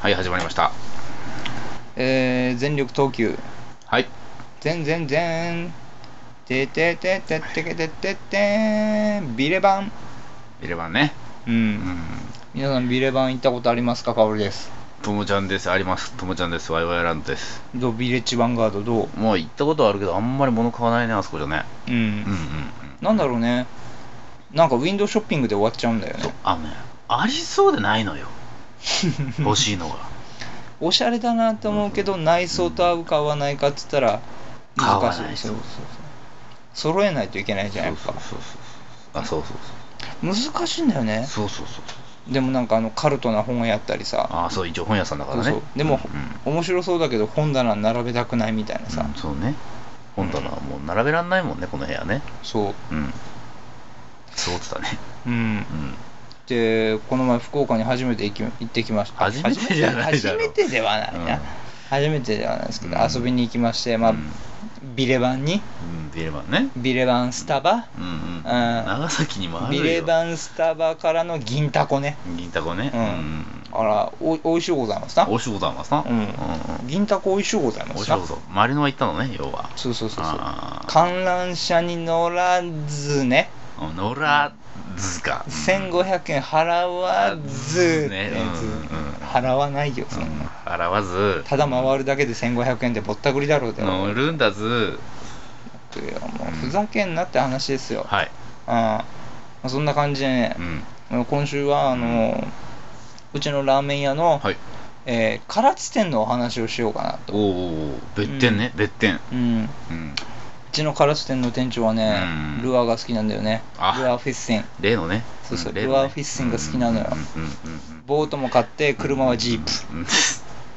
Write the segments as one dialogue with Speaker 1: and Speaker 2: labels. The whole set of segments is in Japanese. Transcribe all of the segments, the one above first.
Speaker 1: はい、始まりました。
Speaker 2: えー、全力投球。
Speaker 1: はい。
Speaker 2: 全然全。てててててててててん。ビレバン。
Speaker 1: ビレバンね。
Speaker 2: う。
Speaker 1: うんん。
Speaker 2: 皆さんビレバン行ったことありますか、かおりです。
Speaker 1: ともちゃんです。あります。ともちゃんです。ワイワイランドです。
Speaker 2: どうビレッジヴァンガードどう
Speaker 1: もう行ったことはあるけど、あんまり物買わないね、あそこじゃね。
Speaker 2: う
Speaker 1: うんんうんうん。
Speaker 2: なんだろうね。なんかウィンドウショッピングで終わっちゃうんだよね。
Speaker 1: あのね、ありそうでない のよ。欲しいのが。
Speaker 2: おしゃれだなと思うけど、内装と合うか合わないかっつったら、
Speaker 1: 合わ
Speaker 2: 難
Speaker 1: ない
Speaker 2: しい。
Speaker 1: そ
Speaker 2: そううそうそう。揃えないといけないじゃん、やっ
Speaker 1: そう
Speaker 2: ぱ
Speaker 1: そう。そうそう。あ、そうそう
Speaker 2: 難しいんだよね。
Speaker 1: そう。そうそうそう。
Speaker 2: でもなんかあの、カルトな本やったりさ。
Speaker 1: あ、そう、一応本屋さんだからね。
Speaker 2: そうそうでも、
Speaker 1: うん
Speaker 2: 面白そうだけど本棚並べたくないみたいなさ、
Speaker 1: うんそうね。本棚はもう並べらんないもんね、この部屋ね。
Speaker 2: そう
Speaker 1: うん。そうってたね。
Speaker 2: うん
Speaker 1: うん。
Speaker 2: でこの前福岡に初めて行き行ってきました
Speaker 1: 初めてじゃないだろ
Speaker 2: 初めてではないな、
Speaker 1: うん
Speaker 2: 初めてではないですけど、
Speaker 1: うん
Speaker 2: 遊びに行きましてまあ、
Speaker 1: うん
Speaker 2: ビレバンに
Speaker 1: うん、ビレバンね。
Speaker 2: ビレバンスタバ、
Speaker 1: うんうん。
Speaker 2: ん
Speaker 1: 長崎にもある
Speaker 2: ビ
Speaker 1: よ。
Speaker 2: レバンスタバからの銀タコね
Speaker 1: 銀タコね。
Speaker 2: うんあらおおいしゅうございますな
Speaker 1: おしゅうございますな。
Speaker 2: うん銀タコおいしゅうございま
Speaker 1: お
Speaker 2: す
Speaker 1: し
Speaker 2: な
Speaker 1: ゅうございます。マリノは行ったのね、要は。
Speaker 2: そうそうそうそう
Speaker 1: あー
Speaker 2: 観覧車に乗らずね
Speaker 1: 乗らずか。
Speaker 2: 1500円払わず、
Speaker 1: ね
Speaker 2: ね
Speaker 1: うんうん
Speaker 2: 払わないよ
Speaker 1: う
Speaker 2: そ
Speaker 1: ん
Speaker 2: んな、
Speaker 1: 払わず、
Speaker 2: ただ回るだけで1500円でぼったくりだろうでも
Speaker 1: 乗るんだず。
Speaker 2: もうふざけんなって話ですよ、
Speaker 1: はい。
Speaker 2: ああそんな感じでね
Speaker 1: う、ん。
Speaker 2: 今週はあのうちのラーメン屋の、
Speaker 1: はい。
Speaker 2: えー唐津店のお話をしようかなと、
Speaker 1: おーおー、別店ね、別店。
Speaker 2: うん、
Speaker 1: う
Speaker 2: う
Speaker 1: ん。
Speaker 2: ちの唐津店の店長はね、
Speaker 1: うん
Speaker 2: ルアーが好きなんだよねル
Speaker 1: あ
Speaker 2: アーフィッシング
Speaker 1: 例のね。
Speaker 2: そうそうん
Speaker 1: 例の
Speaker 2: ルアーフィッシングが好きなのよ
Speaker 1: うんうんうんうん
Speaker 2: ボートも買って車はジープ
Speaker 1: うん。うん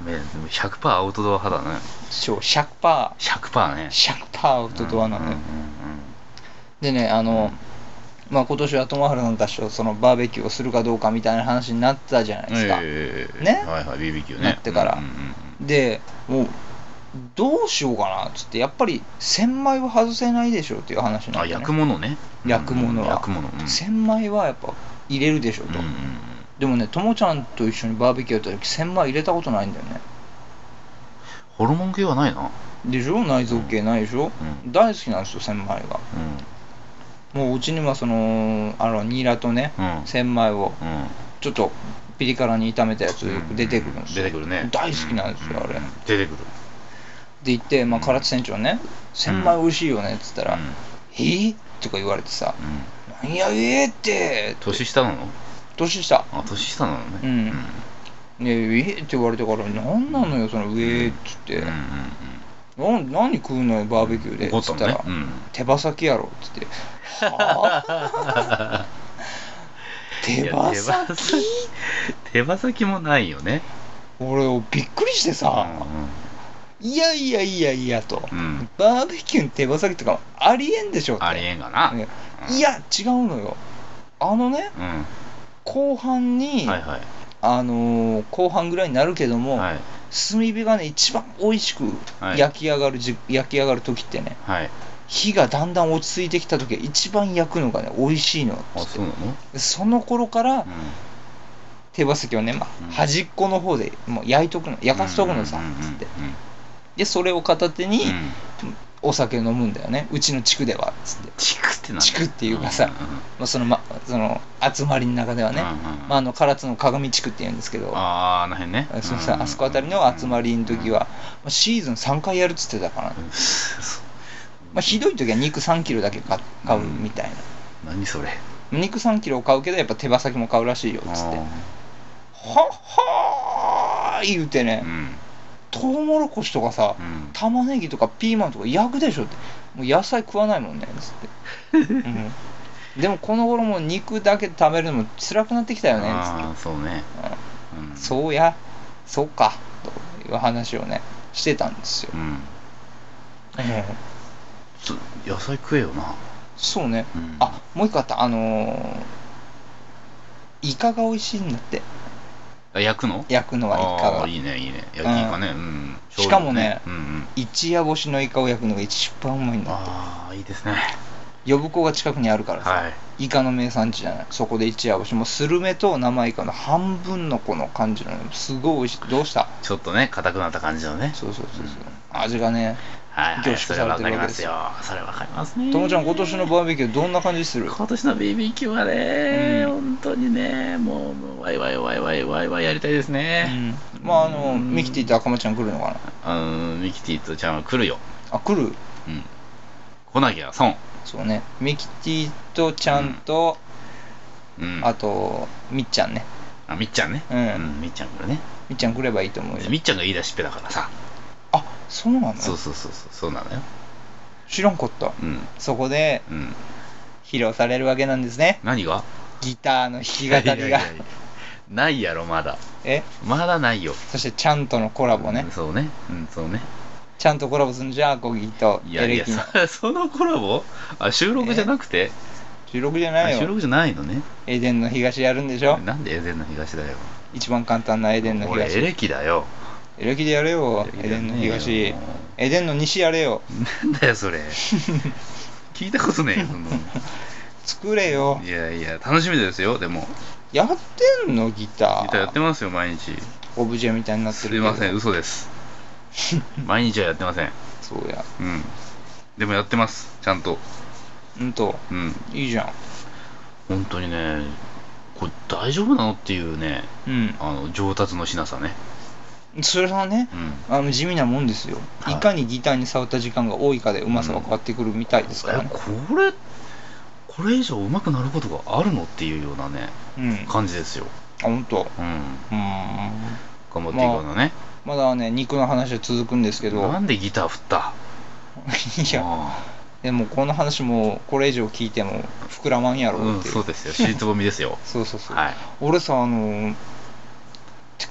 Speaker 1: めでも100%アウトドア派だね。
Speaker 2: そう100%
Speaker 1: 100%ね。
Speaker 2: 100%アウトドアなんだよ、
Speaker 1: うんうんうん
Speaker 2: でねあの、まあ、今年は友原さんたちとそのバーベキューをするかどうかみたいな話になってたじゃないですか、
Speaker 1: ええ
Speaker 2: ね
Speaker 1: はいはい BBQ ね
Speaker 2: なってから
Speaker 1: うんうん
Speaker 2: でもうどうしようかなっつってやっぱり千枚は外せないでしょっていう話
Speaker 1: う
Speaker 2: に
Speaker 1: ん
Speaker 2: な
Speaker 1: あ
Speaker 2: って、ね、
Speaker 1: 焼くものね
Speaker 2: 焼くものは
Speaker 1: うん焼くものうん
Speaker 2: 千枚はやっぱ入れるでしょと、
Speaker 1: うんうん
Speaker 2: でもねともちゃんと一緒にバーベキューやった時千枚入れたことないんだよね
Speaker 1: ホルモン系はないな
Speaker 2: でしょ内臓系ないでしょ、
Speaker 1: うん
Speaker 2: 大好きなんですよ千枚が
Speaker 1: う
Speaker 2: もううちにはそのあのニラとね、
Speaker 1: うん
Speaker 2: 千枚を
Speaker 1: んうん
Speaker 2: ちょっとピリ辛に炒めたやつよく出てくるんですよ
Speaker 1: 出てくるね
Speaker 2: 大好きなんですよ、
Speaker 1: う
Speaker 2: あれ
Speaker 1: 出てくる
Speaker 2: で行って、まあ、唐津船長ね「千枚美味しいよね」っつったら「
Speaker 1: うん
Speaker 2: えーとか言われてさ
Speaker 1: うん
Speaker 2: 「なんやええって」
Speaker 1: 年下なの
Speaker 2: 年下
Speaker 1: あ年下なのね
Speaker 2: うんねええーって言われてから「なんなのよそのうえー」っつって
Speaker 1: うんうん
Speaker 2: 「なん何食うのよバーベキュー
Speaker 1: うん
Speaker 2: で」
Speaker 1: 怒
Speaker 2: っ
Speaker 1: っ
Speaker 2: つ
Speaker 1: た
Speaker 2: っ
Speaker 1: の
Speaker 2: た
Speaker 1: ね
Speaker 2: ら
Speaker 1: う
Speaker 2: 「手羽先やろ」っつって「はあ
Speaker 1: んい
Speaker 2: 手
Speaker 1: や
Speaker 2: 羽
Speaker 1: 手羽
Speaker 2: 先
Speaker 1: 手羽先もないよね
Speaker 2: 俺びっくりしてさ「いやいやいやいや」と
Speaker 1: うんうん
Speaker 2: 「バーベキューに手羽先とかありえんでしょ」って
Speaker 1: ありえんがな
Speaker 2: ねいや違うのよあのね
Speaker 1: うん
Speaker 2: 後半に、
Speaker 1: はいはい
Speaker 2: あのー後半ぐらいになるけども、
Speaker 1: はい
Speaker 2: 炭火がね一番美味しく
Speaker 1: はい
Speaker 2: 焼き上がるじ、焼き上がる時ってね
Speaker 1: はい
Speaker 2: 火がだんだん落ち着いてきた時は一番焼くのがね美味しいの
Speaker 1: あそうなの
Speaker 2: その頃から
Speaker 1: うん
Speaker 2: 手羽先をね、まあ
Speaker 1: うん
Speaker 2: 端っこの方でもう焼いとくの焼かしとくのさ
Speaker 1: うんうんうん
Speaker 2: つってでそれを片手に
Speaker 1: うん
Speaker 2: お酒飲むんだよねうちの地区ではつって、
Speaker 1: 地区ってなんだ
Speaker 2: 地区っていうかさ
Speaker 1: んんん
Speaker 2: まあ、その,、ま、その集まりの中ではね、
Speaker 1: うんうん
Speaker 2: まあ、あの唐津の鏡地区っていうんですけど
Speaker 1: あーあの辺ね
Speaker 2: あそうさあそこあたりの集まりの時は、まあシーズン3回やるっつってたから、
Speaker 1: う
Speaker 2: ま
Speaker 1: んそう
Speaker 2: あ、ひどい時は肉3キロだけ買買うみたいな、
Speaker 1: 何それ
Speaker 2: 肉3キロ買うけどやっぱ手羽先も買うらしいよっつって
Speaker 1: あ
Speaker 2: はっはー言うて
Speaker 1: ー
Speaker 2: ね、
Speaker 1: うん
Speaker 2: トウモロコシとかさ、
Speaker 1: うん
Speaker 2: 玉ねぎとかピーマンとか焼くでしょってもう野菜食わないもんねっつって、 うん、でもこの頃もう肉だけ食べるのも辛くなってきたよねっつって
Speaker 1: あーそうねうん
Speaker 2: そうや、そうか、という話をね、してたんですよ。
Speaker 1: うん
Speaker 2: うん
Speaker 1: そ野菜食えよな
Speaker 2: そうね、
Speaker 1: うん
Speaker 2: あもう一個あった、あのーイカが美味しいんだって、
Speaker 1: あ焼くの
Speaker 2: 焼くのはイカ
Speaker 1: あ
Speaker 2: が
Speaker 1: ー。いいねいいね焼きイカねうん
Speaker 2: しかもね
Speaker 1: 醤油うんうん
Speaker 2: 一夜干しのイカを焼くのが一番うまいんだって。
Speaker 1: ああいいですね
Speaker 2: 呼子が近くにあるからさ、
Speaker 1: はい
Speaker 2: イカの名産地じゃないそこで一夜干しもうスルメと生イカの半分のこの感じのすごい美味しいどうした
Speaker 1: ちょっとね硬くなった感じのね
Speaker 2: そうそうそうそう
Speaker 1: うん
Speaker 2: 味がね
Speaker 1: はい、はい、
Speaker 2: 凝
Speaker 1: それ
Speaker 2: 縮され
Speaker 1: わ
Speaker 2: て
Speaker 1: か
Speaker 2: る
Speaker 1: り
Speaker 2: わけ
Speaker 1: ま
Speaker 2: です
Speaker 1: す
Speaker 2: よ
Speaker 1: よそれわかりますね
Speaker 2: ともちゃん今年のバーベキューどんな感じする
Speaker 1: 今年の BBQ はね、
Speaker 2: うん
Speaker 1: 本当にねもうもうワイワイワイワイワイワイやりたいですね
Speaker 2: うん、まああのミキティと赤間ちゃん来るのかな
Speaker 1: あのミキティとちゃんは来るよ、
Speaker 2: あ来る
Speaker 1: うん、来なきゃ損、
Speaker 2: そうねミキティとちゃんと、
Speaker 1: うん、
Speaker 2: あとみっちゃんね
Speaker 1: あみっちゃんね
Speaker 2: うん
Speaker 1: みっちゃん来るね
Speaker 2: みっちゃん来ればいいと思う
Speaker 1: で
Speaker 2: よ
Speaker 1: みっちゃんが言い出しっぺだからさ
Speaker 2: あそうなの
Speaker 1: そうそうそうそうそうなのよ
Speaker 2: 知らんかった
Speaker 1: うん
Speaker 2: そこで
Speaker 1: うん
Speaker 2: 披露されるわけなんですね
Speaker 1: 何が
Speaker 2: ギターの弾き語りが
Speaker 1: いやいやいやないやろまだ
Speaker 2: え
Speaker 1: まだないよ
Speaker 2: そしてちゃんとのコラボね
Speaker 1: うん、そうねうんそうね
Speaker 2: ちゃんとコラボするんじゃんアコギと
Speaker 1: いや
Speaker 2: エ
Speaker 1: い
Speaker 2: レ
Speaker 1: や
Speaker 2: キの
Speaker 1: そ そのコラボあ収録じゃなくて
Speaker 2: 収録じゃない
Speaker 1: あ収
Speaker 2: よ
Speaker 1: 録じゃないのね
Speaker 2: エデンの東やるんでしょ
Speaker 1: なんでエデンの東だよ
Speaker 2: 一番簡単なエデンの
Speaker 1: 俺エ
Speaker 2: 東
Speaker 1: レキだよ
Speaker 2: エレキでやれよ
Speaker 1: エレキで
Speaker 2: エデ
Speaker 1: やん
Speaker 2: ン
Speaker 1: ね
Speaker 2: の
Speaker 1: えよ
Speaker 2: 東エデンの西やれよ
Speaker 1: なんだよそ れ聞いたことねえよそんなの
Speaker 2: 作れよ
Speaker 1: いやいや楽しみですよでも
Speaker 2: やってんのギター
Speaker 1: ギターやってますよ毎日
Speaker 2: オブジェみたいになって
Speaker 1: す
Speaker 2: る
Speaker 1: いません
Speaker 2: ん
Speaker 1: 嘘です毎日はやってません
Speaker 2: そうや
Speaker 1: うんでもやってますちゃんと
Speaker 2: うんと
Speaker 1: うん
Speaker 2: いいじゃん
Speaker 1: 本当にねこれ大丈夫なのっていうね
Speaker 2: うん
Speaker 1: あの上達のしなさね
Speaker 2: それはね
Speaker 1: うん
Speaker 2: あの地味なもんですよ、
Speaker 1: はい
Speaker 2: い、かにギターに触った時間が多いかでうまさが変わってくるみたいですから
Speaker 1: え
Speaker 2: ね
Speaker 1: これこれ以上上手くなることがあるのっていうようなね
Speaker 2: うん、あ
Speaker 1: 感じですよ
Speaker 2: 本当
Speaker 1: うん
Speaker 2: うーん
Speaker 1: 頑張っていこうのね、
Speaker 2: まだね肉の話は続くんですけど
Speaker 1: なんでギター振った
Speaker 2: いや
Speaker 1: あ
Speaker 2: でもこの話もこれ以上聞いても膨らまんや
Speaker 1: ー
Speaker 2: ろ
Speaker 1: う
Speaker 2: っ
Speaker 1: ん
Speaker 2: ていう、
Speaker 1: そうですよ尻つぼみですよ
Speaker 2: そうそうそう、
Speaker 1: はい
Speaker 2: 俺さあのー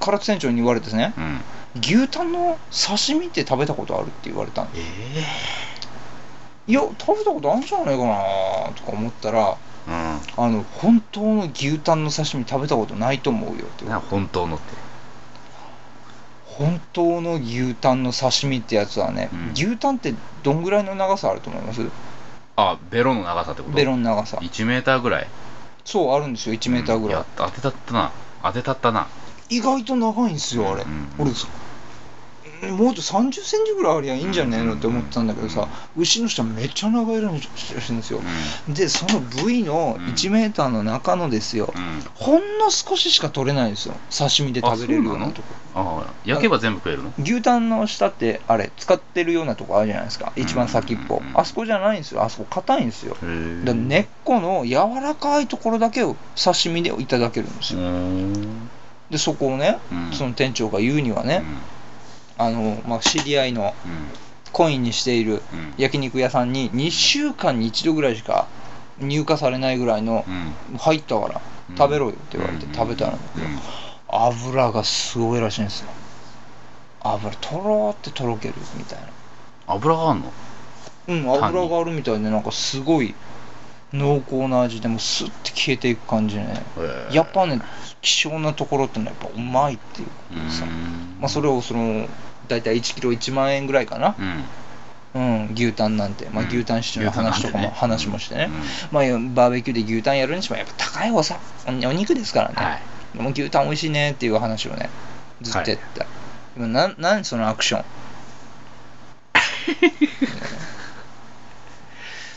Speaker 2: 唐津店長に言われてね
Speaker 1: うん
Speaker 2: 牛タンの刺身って食べたことあるって言われたんで
Speaker 1: え
Speaker 2: いや食べたことあるんじゃないかなとか思ったら
Speaker 1: えー、
Speaker 2: あの本当の牛タンの刺身食べたことないと思うよって
Speaker 1: うんな本当のって
Speaker 2: 本当の牛タンの刺身ってやつはね、
Speaker 1: うん
Speaker 2: 牛タンってどんぐらいの長さあると思います
Speaker 1: あベロの長さってこと
Speaker 2: ベロの長さ
Speaker 1: 1メーターぐらい
Speaker 2: そうあるんですよ1メーターぐらい、
Speaker 1: うんや当てたったな当てたったな
Speaker 2: 意外と長いんですよあれ、
Speaker 1: うんうんうん
Speaker 2: 俺そもっと3 0ンチぐらいありゃいいんじゃねえのって思ってたんだけど
Speaker 1: うん
Speaker 2: さ
Speaker 1: うん
Speaker 2: 牛の下めっちゃ長い色にしてるんですよ、でその部位の
Speaker 1: うん
Speaker 2: 1メーターの中のですよ、
Speaker 1: うん
Speaker 2: ほんの少ししか取れないんですよ刺身で食べれるようなとこ
Speaker 1: ああ焼けば全部食えるの
Speaker 2: 牛タンの下ってあれ使ってるようなとこあるじゃないですか一番先っぽ、
Speaker 1: うんうんうん
Speaker 2: あそこじゃないんですよあそこ硬いんですよ
Speaker 1: へー
Speaker 2: だから根っこの柔らかいところだけを刺身でいただけるんです
Speaker 1: う
Speaker 2: よ、
Speaker 1: ーん
Speaker 2: でそこをね、
Speaker 1: うん
Speaker 2: その店長が言うにはね、あのまあ、知り合いの
Speaker 1: うん
Speaker 2: コインにしている
Speaker 1: うん
Speaker 2: 焼肉屋さんに2週間に1度ぐらいしか入荷されないぐらいの
Speaker 1: う、んうん
Speaker 2: 入ったから
Speaker 1: うん
Speaker 2: 食べろよって言われて
Speaker 1: うん
Speaker 2: 食べたら、
Speaker 1: うん
Speaker 2: 油がすごいらしいんですよ油とろーってとろけるみたいな
Speaker 1: 油があんの
Speaker 2: うん
Speaker 1: パンに
Speaker 2: 油があるみたいでなんかすごい濃厚な味でもうスッて消えていく感じでね
Speaker 1: へー
Speaker 2: やっぱね希少なところってのはやっぱうまいっていうことでさ
Speaker 1: うーん
Speaker 2: まあそれをその大体1キロ1万円ぐらいかな
Speaker 1: うん
Speaker 2: うん、牛タンなんて、まあ、
Speaker 1: うん
Speaker 2: 牛タンシチューの話とかも、
Speaker 1: 牛タンなんてね
Speaker 2: 話もしてね
Speaker 1: うん、
Speaker 2: まあ、バーベキューで牛タンやるにしてもやっぱ高いおさおお肉ですからね、
Speaker 1: はい
Speaker 2: でも牛タン美味しいねっていう話をねずっとやってた、でもなんなんそのアクション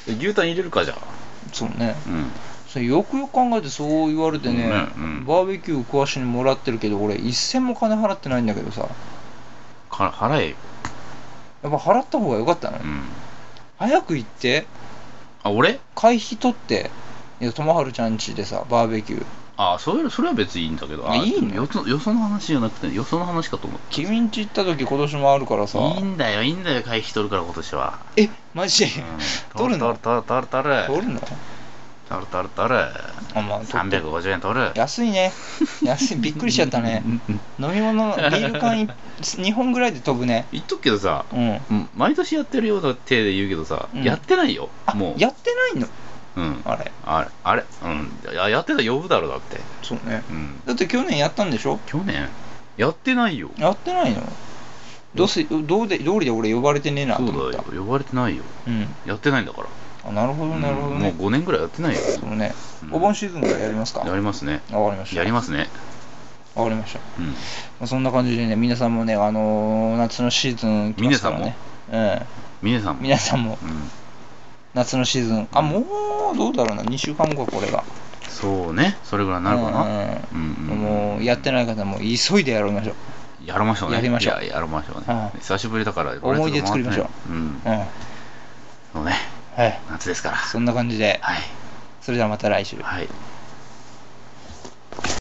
Speaker 1: 牛タン入れるかじゃあ
Speaker 2: そうね
Speaker 1: うん
Speaker 2: それよくよく考えてそう言われてね、
Speaker 1: うんうん
Speaker 2: バーベキュー食わしにもらってるけど俺一銭も金払ってないんだけどさやっ
Speaker 1: か払えよ
Speaker 2: ぱ払った方が良かったの、
Speaker 1: うん
Speaker 2: 早く行って
Speaker 1: あ俺
Speaker 2: 会費取っていや友春ちゃん家でさバーベキュー
Speaker 1: あそれそれは別にいいんだけどあ
Speaker 2: あいいの
Speaker 1: よそよその話じゃなくてよその話かと思っ
Speaker 2: 君ん家行った時今年もあるからさ
Speaker 1: たいいんだよいいんだよ会費取るから今年は
Speaker 2: えマジ、
Speaker 1: うん
Speaker 2: 取るの
Speaker 1: 取る取る取る取
Speaker 2: 取
Speaker 1: る
Speaker 2: るの
Speaker 1: 取る取る取る
Speaker 2: あまあ取って
Speaker 1: 350円取る
Speaker 2: 安いね安いびっくりしちゃったね飲み物ビール缶い2本ぐらいで飛ぶね
Speaker 1: 言っとくけどさ
Speaker 2: うん
Speaker 1: うん毎年やってるような手で言うけどさ、
Speaker 2: うん
Speaker 1: やってないよ
Speaker 2: あ
Speaker 1: もう
Speaker 2: やってないの
Speaker 1: うん
Speaker 2: あれ
Speaker 1: あれあれうんややってたら呼ぶだろだって
Speaker 2: そうね
Speaker 1: うん
Speaker 2: だって去年やったんでしょ
Speaker 1: 去年やってないよ
Speaker 2: やってないのどうせどうでどうりで俺呼ばれてねえなと
Speaker 1: そう
Speaker 2: 思っ
Speaker 1: だ
Speaker 2: た
Speaker 1: よ呼ばれてないよ
Speaker 2: うん
Speaker 1: やってないんだから
Speaker 2: ああなるほどなるほど
Speaker 1: うんもう
Speaker 2: ね、
Speaker 1: 5年ぐらいやってないよ。
Speaker 2: そうね
Speaker 1: うん
Speaker 2: お盆シーズンからやりますか
Speaker 1: やりますね。
Speaker 2: わかりました
Speaker 1: やりますね。
Speaker 2: わかりました
Speaker 1: うん。
Speaker 2: まあそんな感じでね皆さんもねあのー夏のシーズン来ますからね
Speaker 1: 峰さん
Speaker 2: うん
Speaker 1: も。
Speaker 2: 皆さんも
Speaker 1: うん。
Speaker 2: 夏のシーズンあもうどうだろうな2週間後はこれが
Speaker 1: そうね。それぐらいになるかな。う
Speaker 2: うんん
Speaker 1: うん
Speaker 2: もうやってない方も急いでやろうましょう
Speaker 1: やりましょうね。
Speaker 2: やりましょう
Speaker 1: いややりましょうね
Speaker 2: は。い
Speaker 1: 久しぶりだから、
Speaker 2: 思い出作りましょう
Speaker 1: これちっと回ってな
Speaker 2: うん
Speaker 1: い。
Speaker 2: は
Speaker 1: うん。そうね。
Speaker 2: い
Speaker 1: 夏ですから。
Speaker 2: そんな感じで
Speaker 1: はい。
Speaker 2: それではまた来週
Speaker 1: はい。